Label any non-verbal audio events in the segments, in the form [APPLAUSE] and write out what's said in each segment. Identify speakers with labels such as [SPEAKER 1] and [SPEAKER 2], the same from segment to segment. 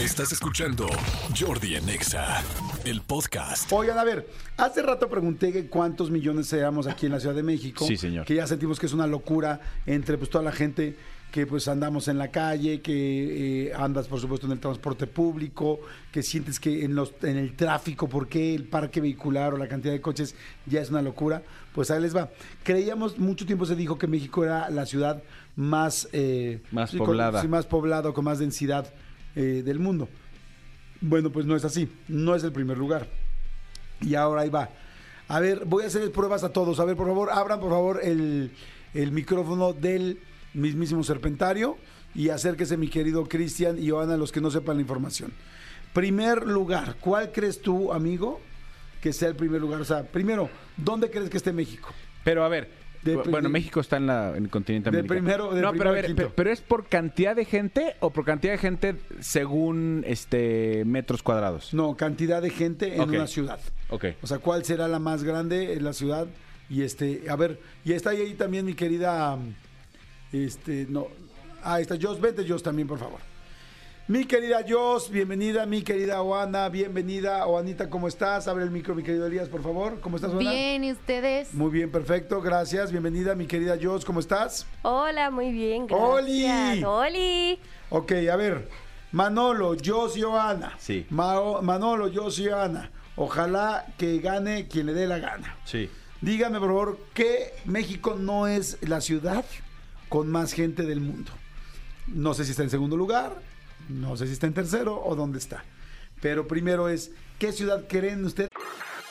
[SPEAKER 1] Estás escuchando Jordi en Exa, el podcast.
[SPEAKER 2] Oigan, a ver, hace rato pregunté que cuántos millones éramos aquí en la Ciudad de México.
[SPEAKER 3] Sí, señor.
[SPEAKER 2] Que ya sentimos que es una locura entre pues toda la gente que pues andamos en la calle, que eh, andas por supuesto en el transporte público, que sientes que en los en el tráfico, porque el parque vehicular o la cantidad de coches ya es una locura. Pues ahí les va. Creíamos mucho tiempo se dijo que México era la ciudad más eh,
[SPEAKER 3] Más
[SPEAKER 2] sí, con-
[SPEAKER 3] poblada.
[SPEAKER 2] sí, más poblado, con más densidad eh, del mundo. Bueno, pues no es así. No es el primer lugar. Y ahora ahí va. A ver, voy a hacer pruebas a todos. A ver, por favor, abran por favor el, el micrófono del mismísimo Serpentario y acérquese mi querido Cristian y Joana, los que no sepan la información. Primer lugar, ¿cuál crees tú, amigo, que sea el primer lugar? O sea, primero, ¿dónde crees que esté México?
[SPEAKER 3] Pero a ver,
[SPEAKER 2] De-
[SPEAKER 3] bu- bueno,
[SPEAKER 2] de-
[SPEAKER 3] México está en, la, en el continente
[SPEAKER 2] De
[SPEAKER 3] americano.
[SPEAKER 2] primero- de
[SPEAKER 3] no, pero
[SPEAKER 2] primero
[SPEAKER 3] a
[SPEAKER 2] al
[SPEAKER 3] ver,
[SPEAKER 2] quinto.
[SPEAKER 3] pe- pero es por cantidad de gente o por cantidad de gente según este metros cuadrados.
[SPEAKER 2] No, cantidad de gente en
[SPEAKER 3] Ok.
[SPEAKER 2] una ciudad.
[SPEAKER 3] Ok.
[SPEAKER 2] O sea, ¿cuál será la más grande en la ciudad? Y este, a ver, y está ahí también mi querida, mm, este, no, ah, está Jos, vete Jos también, por favor. Mi querida Jos, bienvenida, mi querida Oana, bienvenida. Oanita, ¿cómo estás? Abre el micro, mi querido Elías, por favor. ¿Cómo estás, Oana?
[SPEAKER 4] Bien, ¿y ustedes?
[SPEAKER 2] Muy bien, perfecto, gracias. Bienvenida, mi querida Jos, ¿cómo estás?
[SPEAKER 4] Hola, muy bien,
[SPEAKER 2] ¡Oli!
[SPEAKER 4] gracias. ¡Oli!
[SPEAKER 2] Ok, a ver. Manolo, Jos y Oana.
[SPEAKER 3] Sí.
[SPEAKER 2] Mao- Manolo, Jos y Oana. Ojalá que gane quien le dé la gana.
[SPEAKER 3] Sí.
[SPEAKER 2] Dígame, por favor, que México no es la ciudad con más gente del mundo. No sé si está en segundo lugar, no sé si está en tercero o dónde está. Pero primero es, ¿qué ciudad creen ustedes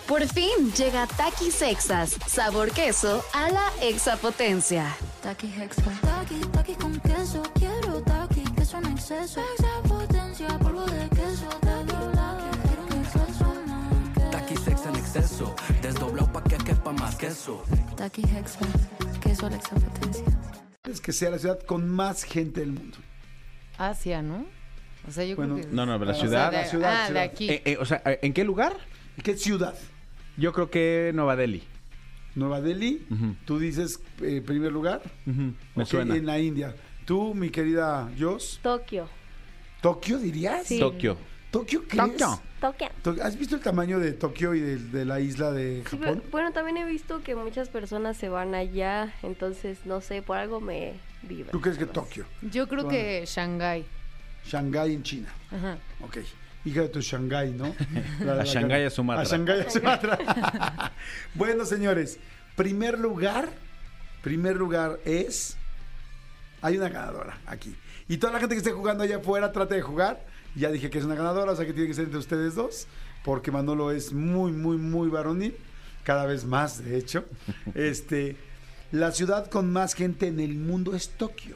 [SPEAKER 5] Por fin llega Taqui Sexas, sabor queso a la exapotencia.
[SPEAKER 6] Taqui Hexa. Taqui, taqui con queso. Quiero taqui, queso en exceso. Extra potencia, polvo de queso. Taqui, taqui, quiero un exceso más.
[SPEAKER 7] Taqui sex en exceso, desdoblado pa' que quepa más queso.
[SPEAKER 6] Taqui Hexa. Queso a la extra potencia.
[SPEAKER 2] que sea la ciudad con más gente del mundo?
[SPEAKER 4] Asia, ¿no? O sea, yo
[SPEAKER 2] Bueno,
[SPEAKER 4] creo que...
[SPEAKER 3] No, no, la
[SPEAKER 2] O sea,
[SPEAKER 3] ciudad.
[SPEAKER 2] de- ciudad,
[SPEAKER 4] ah,
[SPEAKER 2] ciudad.
[SPEAKER 4] de aquí.
[SPEAKER 3] Eh, eh, o sea, eh, ¿en qué lugar?
[SPEAKER 2] ¿Qué ciudad?
[SPEAKER 3] Yo creo que Nueva Delhi.
[SPEAKER 2] Nueva Delhi,
[SPEAKER 3] Ujú.
[SPEAKER 2] tú dices eh, primer lugar,
[SPEAKER 3] Me
[SPEAKER 2] Ok,
[SPEAKER 3] suena.
[SPEAKER 2] en la India. Tú, mi querida Jos,
[SPEAKER 8] Tokio.
[SPEAKER 2] ¿Tokio dirías?
[SPEAKER 8] Sí.
[SPEAKER 3] Tokio.
[SPEAKER 2] ¿Tokio crees?
[SPEAKER 3] Tokio.
[SPEAKER 8] Tokio.
[SPEAKER 2] To- ¿Has visto el tamaño de Tokio y de, de la isla de
[SPEAKER 8] Sí, pero-
[SPEAKER 2] Japón?
[SPEAKER 8] bueno, también he visto que muchas personas se van allá, entonces no sé, por algo me vibra.
[SPEAKER 2] ¿Tú crees que
[SPEAKER 8] algo así.
[SPEAKER 2] Tokio?
[SPEAKER 4] Yo creo que Shanghái.
[SPEAKER 2] Shanghái en China.
[SPEAKER 4] Ajá.
[SPEAKER 2] Ok. Hija de tu Shanghái,
[SPEAKER 3] [LAUGHS]
[SPEAKER 2] ¿no? La-
[SPEAKER 3] A
[SPEAKER 2] la-
[SPEAKER 3] Shanghái a Sumatra.
[SPEAKER 2] A Shanghái a Sumatra. [LAUGHS] bueno, señores, primer lugar, primer lugar es... Hay una ganadora aquí. Y toda la gente que esté jugando allá afuera, trate de jugar. Ya dije que es una ganadora, o sea que tiene que ser entre ustedes dos, porque Manolo es muy, muy, muy varonil. Cada vez más, de hecho. Este, la ciudad con más gente en el mundo es Tokio.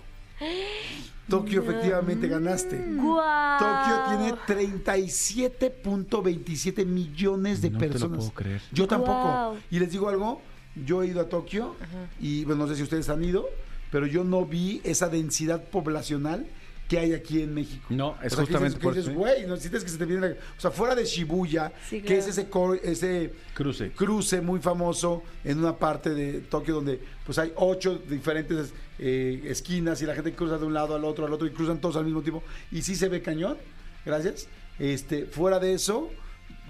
[SPEAKER 2] Tokio, efectivamente, ganaste.
[SPEAKER 8] ¡Guau!
[SPEAKER 2] Tokio tiene 37.27 millones de
[SPEAKER 3] No te lo
[SPEAKER 2] personas.
[SPEAKER 3] puedo creer.
[SPEAKER 2] Yo tampoco.
[SPEAKER 8] Guau.
[SPEAKER 2] Y les digo algo, yo he ido a Tokio y bueno, no sé si ustedes han ido, pero yo no vi esa densidad poblacional que hay aquí en México.
[SPEAKER 3] No, es
[SPEAKER 2] O sea, que
[SPEAKER 3] justamente
[SPEAKER 2] dices-
[SPEAKER 3] por
[SPEAKER 2] que dices,
[SPEAKER 3] eso. ¿eh?
[SPEAKER 2] güey, no sientes que se te viene la... O sea, fuera de Shibuya,
[SPEAKER 8] Sí,
[SPEAKER 2] que es
[SPEAKER 8] claro.
[SPEAKER 2] ese, cor- ese
[SPEAKER 3] Cruce.
[SPEAKER 2] cruce muy famoso en una parte de Tokio donde pues hay ocho diferentes eh, esquinas y la gente cruza de un lado al otro al otro y cruzan todos al mismo tiempo y sí se ve cañón gracias este fuera de eso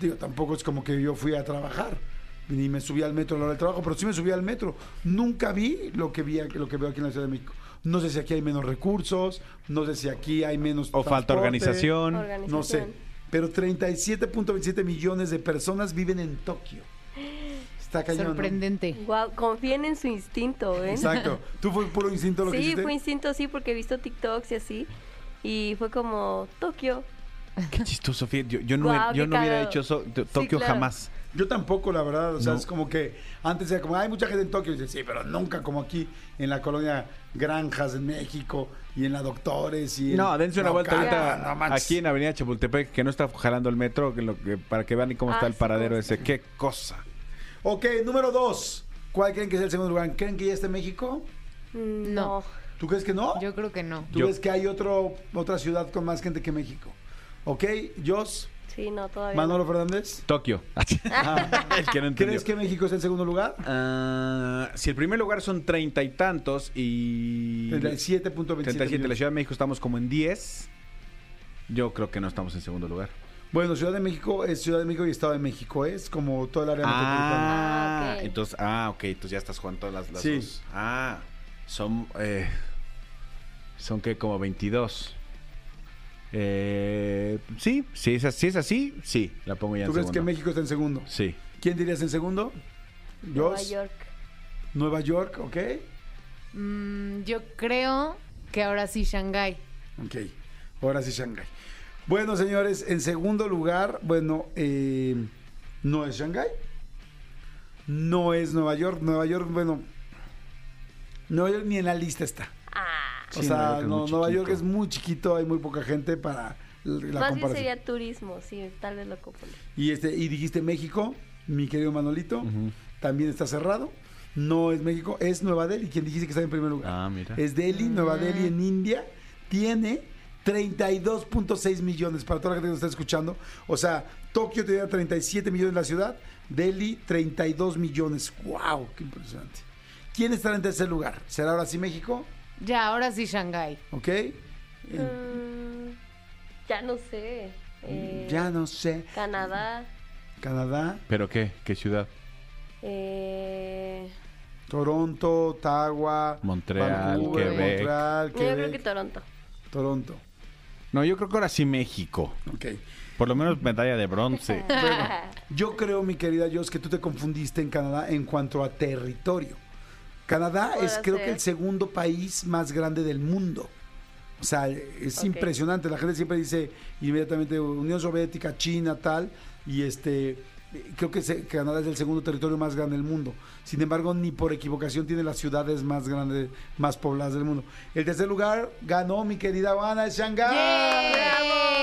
[SPEAKER 2] digo tampoco es como que yo fui a trabajar ni me subí al metro a la hora del trabajo pero sí me subí al metro nunca vi lo que vi aquí- lo que veo aquí en la Ciudad de México no sé si aquí hay menos recursos no sé si aquí hay menos
[SPEAKER 3] O falta
[SPEAKER 2] transporte,
[SPEAKER 3] organización.
[SPEAKER 8] Organización.
[SPEAKER 2] no sé pero 37.27 millones de personas viven en Tokio Está cañón. ¿no?
[SPEAKER 4] Sorprendente.
[SPEAKER 8] Guau, confíen en su instinto, ¿eh?
[SPEAKER 2] Exacto. ¿Tú fue puro instinto lo que
[SPEAKER 8] Sí,
[SPEAKER 2] hiciste?
[SPEAKER 8] fue instinto, sí, porque he visto TikToks y así. Y fue como Tokio.
[SPEAKER 3] Qué chistoso, Sofía. Yo, yo no,
[SPEAKER 8] Guau,
[SPEAKER 3] yo
[SPEAKER 8] qué
[SPEAKER 3] no hubiera
[SPEAKER 8] cagado.
[SPEAKER 3] dicho eso, T-
[SPEAKER 8] Sí,
[SPEAKER 3] Tokio
[SPEAKER 8] claro.
[SPEAKER 3] jamás.
[SPEAKER 2] Yo tampoco, la verdad. O sea,
[SPEAKER 3] No.
[SPEAKER 2] es como que antes era como, hay mucha gente en Tokio. Y dice, sí, pero nunca como aquí en la colonia Granjas en México y en la Doctores. Y en
[SPEAKER 3] No, dense una vuelta
[SPEAKER 2] Naucalpan,
[SPEAKER 3] ahorita
[SPEAKER 2] no manches.
[SPEAKER 3] aquí en Avenida Chapultepec, que no está jalando el metro, que lo que- para que vean cómo
[SPEAKER 8] Ah,
[SPEAKER 3] está el
[SPEAKER 8] sí,
[SPEAKER 3] paradero
[SPEAKER 8] cómo
[SPEAKER 3] ese. ¡Qué cosa!
[SPEAKER 2] Ok, número dos. ¿Cuál creen que es el segundo lugar? ¿Creen que ya está México?
[SPEAKER 8] Mm,
[SPEAKER 4] No.
[SPEAKER 8] No.
[SPEAKER 2] ¿Tú crees que no?
[SPEAKER 4] Yo creo que no.
[SPEAKER 2] ¿Tú
[SPEAKER 3] Yo-
[SPEAKER 2] crees que hay otro, otra ciudad con más gente que México? ¿Ok? ¿Jos?
[SPEAKER 8] Sí, no, todavía. no.
[SPEAKER 2] ¿Manolo Fernández?
[SPEAKER 3] Tokio. [LAUGHS] El Ah. que no entendió.
[SPEAKER 2] ¿Crees que México es el segundo lugar?
[SPEAKER 3] Ah, si el primer lugar son treinta y tantos y... 37, la
[SPEAKER 2] 37.27.
[SPEAKER 3] Ciudad de México estamos como en 10. Yo creo que no estamos en segundo lugar.
[SPEAKER 2] Bueno, Ciudad de México es Ciudad de México y Estado de México, ¿eh? es como todo el área metropolitana.
[SPEAKER 3] Ah,
[SPEAKER 8] Ah, ok.
[SPEAKER 3] entonces, ah, ok, entonces ya estás jugando todas las, las
[SPEAKER 2] Sí.
[SPEAKER 3] dos. Ah, son, eh, son que como 22. Eh, sí, sí es, así, si es así, sí, la pongo ya
[SPEAKER 2] ¿Tú
[SPEAKER 3] en
[SPEAKER 2] crees
[SPEAKER 3] segundo.
[SPEAKER 2] que México está en segundo?
[SPEAKER 3] Sí.
[SPEAKER 2] ¿Quién dirías en segundo?
[SPEAKER 8] Nueva
[SPEAKER 2] ¿Jos?
[SPEAKER 8] York.
[SPEAKER 2] Nueva York, ¿ok?
[SPEAKER 4] Mm, yo creo que ahora sí Shanghái.
[SPEAKER 2] Ok, ahora sí Shanghai. Bueno, señores, en segundo lugar, bueno, eh, no es Shanghai, no es Nueva York, Nueva York, bueno, Nueva York ni en la lista está.
[SPEAKER 8] Ah.
[SPEAKER 2] O
[SPEAKER 3] Sí,
[SPEAKER 2] sea,
[SPEAKER 3] Nueva York es muy
[SPEAKER 2] no, Nueva York
[SPEAKER 3] chiquito.
[SPEAKER 2] es muy chiquito, hay muy poca gente para l- la
[SPEAKER 8] Más bien
[SPEAKER 2] comparación.
[SPEAKER 8] sería turismo, sí, tal vez lo confundí.
[SPEAKER 2] Y este, y dijiste México, mi querido Manolito,
[SPEAKER 3] Ujú.
[SPEAKER 2] también está cerrado. No es México, es Nueva Delhi, quien dijiste que está en primer lugar.
[SPEAKER 3] Ah, mira.
[SPEAKER 2] Es Delhi, Nueva Delhi en India. Tiene 32.6 millones para toda la gente que nos está escuchando. O sea, Tokio tenía 37 millones la ciudad, Delhi 32 millones. ¡Wow! ¡Qué impresionante! ¿Quién estará en tercer lugar? ¿Será ahora sí México?
[SPEAKER 4] Ya, ahora sí Shanghái.
[SPEAKER 2] ¿Ok? Eh,
[SPEAKER 8] Mm, ya no sé. Eh,
[SPEAKER 2] ya no sé.
[SPEAKER 8] Canadá.
[SPEAKER 2] Canadá,
[SPEAKER 3] ¿Pero qué? ¿Qué ciudad?
[SPEAKER 8] Eh,
[SPEAKER 2] Toronto, Ottawa,
[SPEAKER 3] Montreal,
[SPEAKER 2] Vancouver,
[SPEAKER 3] Quebec.
[SPEAKER 2] Montreal,
[SPEAKER 8] no, yo creo que
[SPEAKER 2] Quebec,
[SPEAKER 8] Toronto.
[SPEAKER 2] Toronto.
[SPEAKER 3] No, yo creo que ahora sí México.
[SPEAKER 2] Ok.
[SPEAKER 3] Por lo menos medalla de
[SPEAKER 8] [LAUGHS]
[SPEAKER 3] bronce.
[SPEAKER 2] Yo creo, mi querida Jos, que tú te confundiste en Canadá en cuanto a territorio. Canadá
[SPEAKER 8] Puede
[SPEAKER 2] es creo que
[SPEAKER 8] ser.
[SPEAKER 2] el segundo país más grande del mundo. O sea, es
[SPEAKER 8] Ok.
[SPEAKER 2] impresionante. La gente siempre dice inmediatamente Unión Soviética, China, tal. Y este, eh, creo que se- Canadá es el segundo territorio más grande del mundo. Sin embargo, ni por equivocación tiene las ciudades más grandes, más pobladas del mundo. El tercer lugar ganó mi querida Habana, es Shanghái.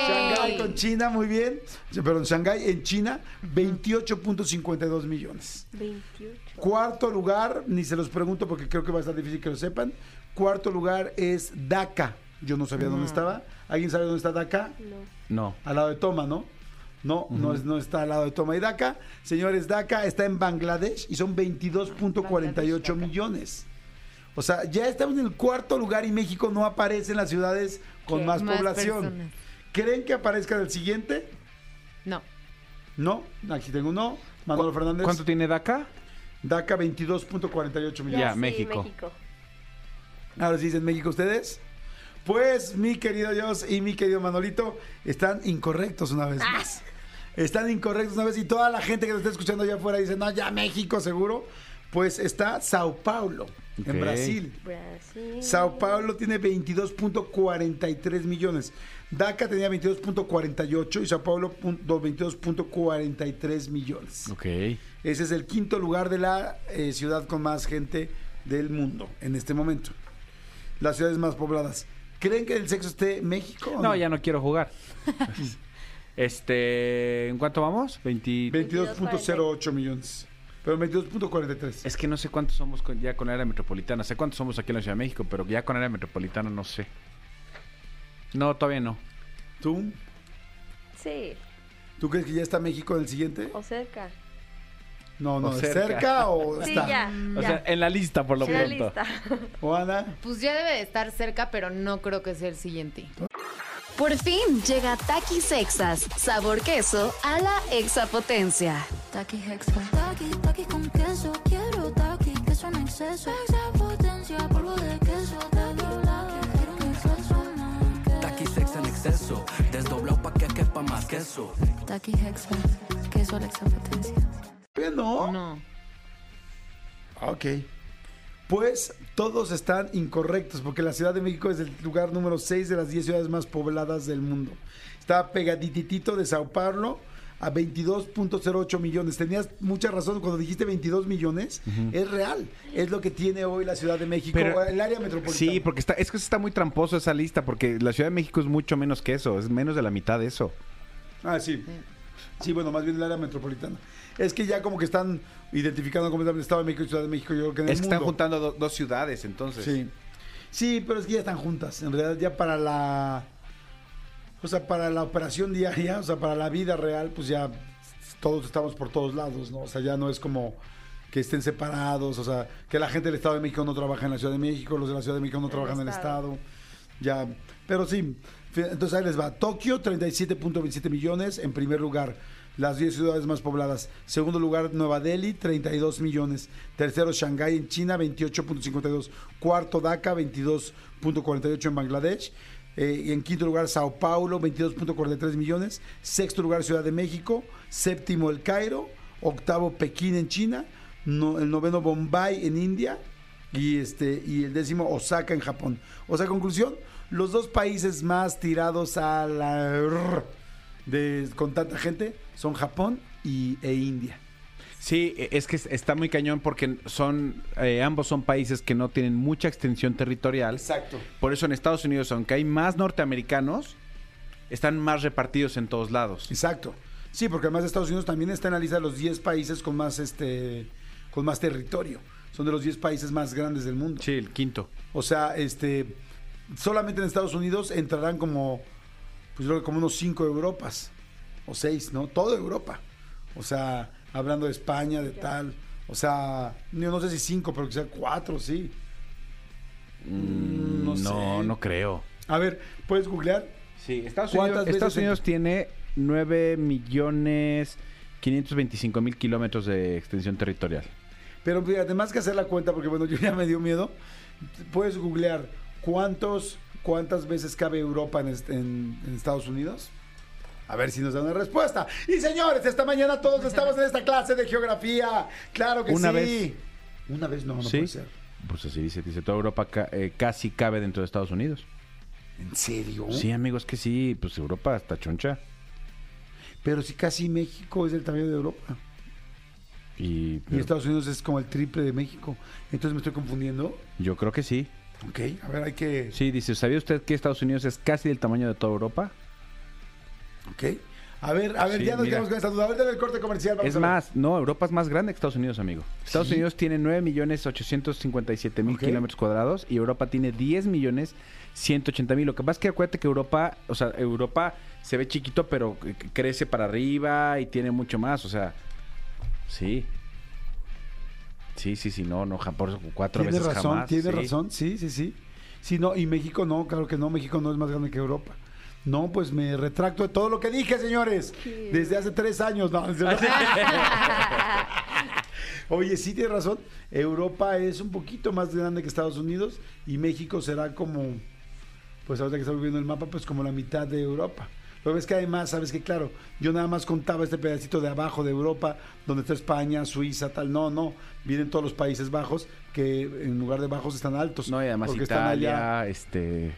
[SPEAKER 2] Shanghái con China, muy bien. Perdón, Shanghái en China, 28.52 millones.
[SPEAKER 8] 28.
[SPEAKER 2] Cuarto lugar, ni se los pregunto porque creo que va a estar difícil que lo sepan. Cuarto lugar es Dhaka. Yo no sabía dónde estaba. ¿Alguien sabe dónde está Dhaka?
[SPEAKER 8] No.
[SPEAKER 3] No.
[SPEAKER 2] Al lado de Toma, ¿no? No, no, es- no está al lado de Toma y Dhaka. Señores, Dhaka está en Bangladesh y son 22.48 millones. O sea, ya estamos en el cuarto lugar y México no aparece en las ciudades con
[SPEAKER 8] ¿Qué?
[SPEAKER 2] más,
[SPEAKER 4] Más
[SPEAKER 2] población.
[SPEAKER 4] personas.
[SPEAKER 2] ¿Creen que aparezca el siguiente?
[SPEAKER 4] No.
[SPEAKER 2] No, aquí tengo uno. Manolo Fernández.
[SPEAKER 3] ¿Cuánto tiene Daca?
[SPEAKER 2] DACA 22.48 millones.
[SPEAKER 3] Ya,
[SPEAKER 8] Sí,
[SPEAKER 3] México.
[SPEAKER 2] Ahora sí dicen México ustedes. Pues mi querido Dios y mi querido Manolito están incorrectos una vez más. Están incorrectos una vez y toda la gente que nos está escuchando allá afuera dice, no, ya México seguro. Pues está Sao Paulo,
[SPEAKER 3] Ok.
[SPEAKER 2] en Brasil.
[SPEAKER 8] Brasil.
[SPEAKER 2] Sao Paulo tiene 22.43 millones. DACA tenía 22.48 y Sao Paulo punto- 22.43 millones.
[SPEAKER 3] Ok.
[SPEAKER 2] Ese es el quinto lugar de la eh, ciudad con más gente del mundo en este momento. Las ciudades más pobladas. ¿Creen que el sexo esté México? o
[SPEAKER 3] No, ya no quiero jugar.
[SPEAKER 8] [LAUGHS]
[SPEAKER 3] este, ¿en cuánto vamos? 20...
[SPEAKER 2] 22.08 millones. Pero 22.43.
[SPEAKER 3] Es que no sé cuántos somos con- ya con la era metropolitana. Sé cuántos somos aquí en la Ciudad de México, pero ya con la era metropolitana no sé. No, todavía no.
[SPEAKER 2] ¿Tú?
[SPEAKER 8] Sí,
[SPEAKER 2] ¿Tú crees que ya está México en el siguiente?
[SPEAKER 8] o cerca.
[SPEAKER 2] No, no.
[SPEAKER 3] o
[SPEAKER 2] ¿Cerca,
[SPEAKER 3] cerca.
[SPEAKER 2] o
[SPEAKER 8] Sí,
[SPEAKER 2] está?
[SPEAKER 8] ya.
[SPEAKER 3] O
[SPEAKER 8] ya.
[SPEAKER 3] sea, en la lista por lo
[SPEAKER 8] En la
[SPEAKER 3] pronto.
[SPEAKER 8] lista.
[SPEAKER 2] ¿O Ana?
[SPEAKER 4] Pues ya debe de estar cerca, pero no creo que sea el siguiente.
[SPEAKER 5] Por fin llega Takis Exas, sabor queso a la exapotencia.
[SPEAKER 6] Taki Hexa. Taki, taki con queso. Quiero taki, queso en exceso. Extra potencia, polvo de queso. Taki, taki, quiero un exceso más.
[SPEAKER 7] Taqui sex en exceso, desdoblado pa' que quepa más queso.
[SPEAKER 6] Taki Hexa. Queso la extra potencia.
[SPEAKER 2] ¿Bien, no? Ah,
[SPEAKER 4] No.
[SPEAKER 2] Ok. Pues todos están incorrectos porque la Ciudad de México es el lugar número 6 de las 10 ciudades más pobladas del mundo. Está pegadititito de Sao Paulo a 22.08 millones. Tenías mucha razón cuando dijiste 22 millones. Es real. Es lo que tiene hoy la Ciudad de México,
[SPEAKER 3] Pero-
[SPEAKER 2] el área metropolitana.
[SPEAKER 3] Sí, porque está, es que está muy tramposo esa lista, porque la Ciudad de México es mucho menos que eso, es menos de la mitad de eso.
[SPEAKER 2] Ah, sí. Sí, bueno, más bien el área metropolitana. Es que ya como que están identificando completamente el Estado de México y Ciudad de México, yo creo que en el
[SPEAKER 9] Es que están
[SPEAKER 2] mundo.
[SPEAKER 9] juntando do- dos ciudades, entonces.
[SPEAKER 2] Sí. Sí, pero es que ya están juntas. En realidad, ya para la. O sea, para la operación diaria, o sea, para la vida real, pues ya todos estamos por todos lados, ¿no? O sea, ya no es como que estén separados, o sea, que la gente del Estado de México no trabaja en la Ciudad de México, los de la Ciudad de México no trabajan en el Estado. Ya, pero sí. Fi- Entonces ahí les va. Tokio, 37.27 millones. En primer lugar, las 10 ciudades más pobladas. Segundo lugar, Nueva Delhi, 32 millones. Tercero, Shanghái en China, 28.52. Cuarto, Dhaka, 22.48 en Bangladesh. Eh, y en quinto lugar, Sao Paulo, 22.43 millones. Sexto lugar, Ciudad de México. Séptimo, El Cairo. Octavo, Pekín en China. No- el noveno, Bombay en India y este y el décimo Osaka en Japón. O sea, conclusión, los dos países más tirados a la r- de con tanta gente son Japón y, e India.
[SPEAKER 3] Sí, e- es que es- está muy cañón porque son eh, ambos son países que no tienen mucha extensión territorial.
[SPEAKER 2] Exacto.
[SPEAKER 3] Por eso en Estados Unidos, aunque hay más norteamericanos, están más repartidos en todos lados.
[SPEAKER 2] Exacto. Sí, porque además Estados Unidos también está en la lista de los 10 países con más este con más territorio. Son de los 10 países más grandes del mundo.
[SPEAKER 3] Sí, el quinto.
[SPEAKER 2] O sea, este solamente en Estados Unidos entrarán como pues yo creo que como unos cinco Europas o seis, ¿no? Toda Europa. O sea, hablando de España, de tal, o sea, yo no sé si cinco, pero quizá cuatro, sí. Mm,
[SPEAKER 3] No, no,
[SPEAKER 2] sé.
[SPEAKER 3] creo.
[SPEAKER 2] A ver, puedes googlear.
[SPEAKER 3] Sí, Estados
[SPEAKER 2] ¿Cuántas
[SPEAKER 3] Unidos,
[SPEAKER 2] veces
[SPEAKER 3] Estados
[SPEAKER 2] en-
[SPEAKER 3] Unidos tiene 9 millones 525 mil kilómetros de extensión territorial.
[SPEAKER 2] Pero fíjate, más que hacer la cuenta, porque bueno, [LAUGHS] yo ya me dio miedo. Puedes googlear cuántos, cuántas veces cabe Europa en, est- en- en Estados Unidos. A ver si nos da una respuesta. Y señores, esta mañana todos estamos en esta clase de geografía. Claro que
[SPEAKER 3] Una
[SPEAKER 2] sí.
[SPEAKER 3] vez.
[SPEAKER 2] Una vez no, no
[SPEAKER 3] ¿Sí?
[SPEAKER 2] puede ser.
[SPEAKER 3] Pues así dice, dice, toda Europa ca- eh, casi cabe dentro de Estados Unidos.
[SPEAKER 2] ¿En serio?
[SPEAKER 3] Sí, amigos, que sí, pues Europa está choncha.
[SPEAKER 2] Pero si casi México es del tamaño de Europa.
[SPEAKER 3] Y,
[SPEAKER 2] Y Estados Unidos es como el triple de México. Entonces me estoy confundiendo.
[SPEAKER 3] yo creo que sí.
[SPEAKER 2] Ok, a ver, hay que...
[SPEAKER 3] Sí, dice, ¿sabía usted que Estados Unidos es casi del tamaño de toda Europa?
[SPEAKER 2] Ok. A ver, a ver,
[SPEAKER 3] Sí,
[SPEAKER 2] ya nos
[SPEAKER 3] mira.
[SPEAKER 2] quedamos con esta duda. Ahorita en el corte comercial. vamos
[SPEAKER 3] Es
[SPEAKER 2] a ver.
[SPEAKER 3] más, no, Europa es más grande que Estados Unidos, amigo. Estados
[SPEAKER 2] Sí.
[SPEAKER 3] Unidos tiene 9 millones 857 mil
[SPEAKER 2] Ok.
[SPEAKER 3] kilómetros cuadrados y Europa tiene 10 millones 180 mil. Lo que pasa es que acuérdate que Europa, o sea, Europa se ve chiquito, pero c- crece para arriba y tiene mucho más, o sea, sí. Sí, sí, sí, no, no, Japón cuatro
[SPEAKER 2] Tienes
[SPEAKER 3] veces
[SPEAKER 2] razón,
[SPEAKER 3] jamás.
[SPEAKER 2] Tienes
[SPEAKER 3] sí.
[SPEAKER 2] razón, sí, sí, sí. Sí, no, y México no, claro que no, México no es más grande que Europa. No, pues me retracto de todo lo que dije, señores. Desde hace tres años.
[SPEAKER 3] [LAUGHS]
[SPEAKER 2] No, [LAUGHS] es verdad. Oye, sí tienes razón. Europa es un poquito más grande que Estados Unidos y México será como, pues ahorita que estamos viendo el mapa, pues como la mitad de Europa. Lo que es que además, sabes que claro, yo nada más contaba este pedacito de abajo de Europa, donde está España, Suiza, tal. No, no, vienen todos los Países Bajos, que en lugar de bajos están altos.
[SPEAKER 3] No, y además
[SPEAKER 2] porque están allá.
[SPEAKER 3] Italia, este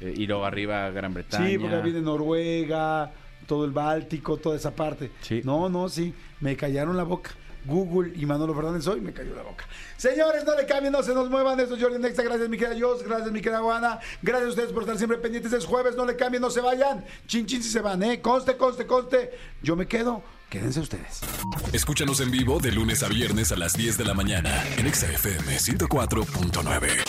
[SPEAKER 3] eh, y luego arriba Gran Bretaña.
[SPEAKER 2] Sí, porque viene Noruega, todo el Báltico, toda esa parte.
[SPEAKER 3] Sí.
[SPEAKER 2] No, no, sí, me callaron la boca. Google y Manolo Fernández hoy me cayó la boca. Señores, no le cambien, no se nos muevan. Esto es Jordi Nexa. Gracias, mi querida Dios. Gracias, mi querida Juana. Gracias a ustedes por estar siempre pendientes. Es jueves, no le cambien, no se vayan. Chin, chin, si se van, ¿eh? Conste, conste, conste. Yo me quedo. Quédense ustedes.
[SPEAKER 1] Escúchanos en vivo de lunes a viernes a las 10 de la mañana en Exa FM 104.9.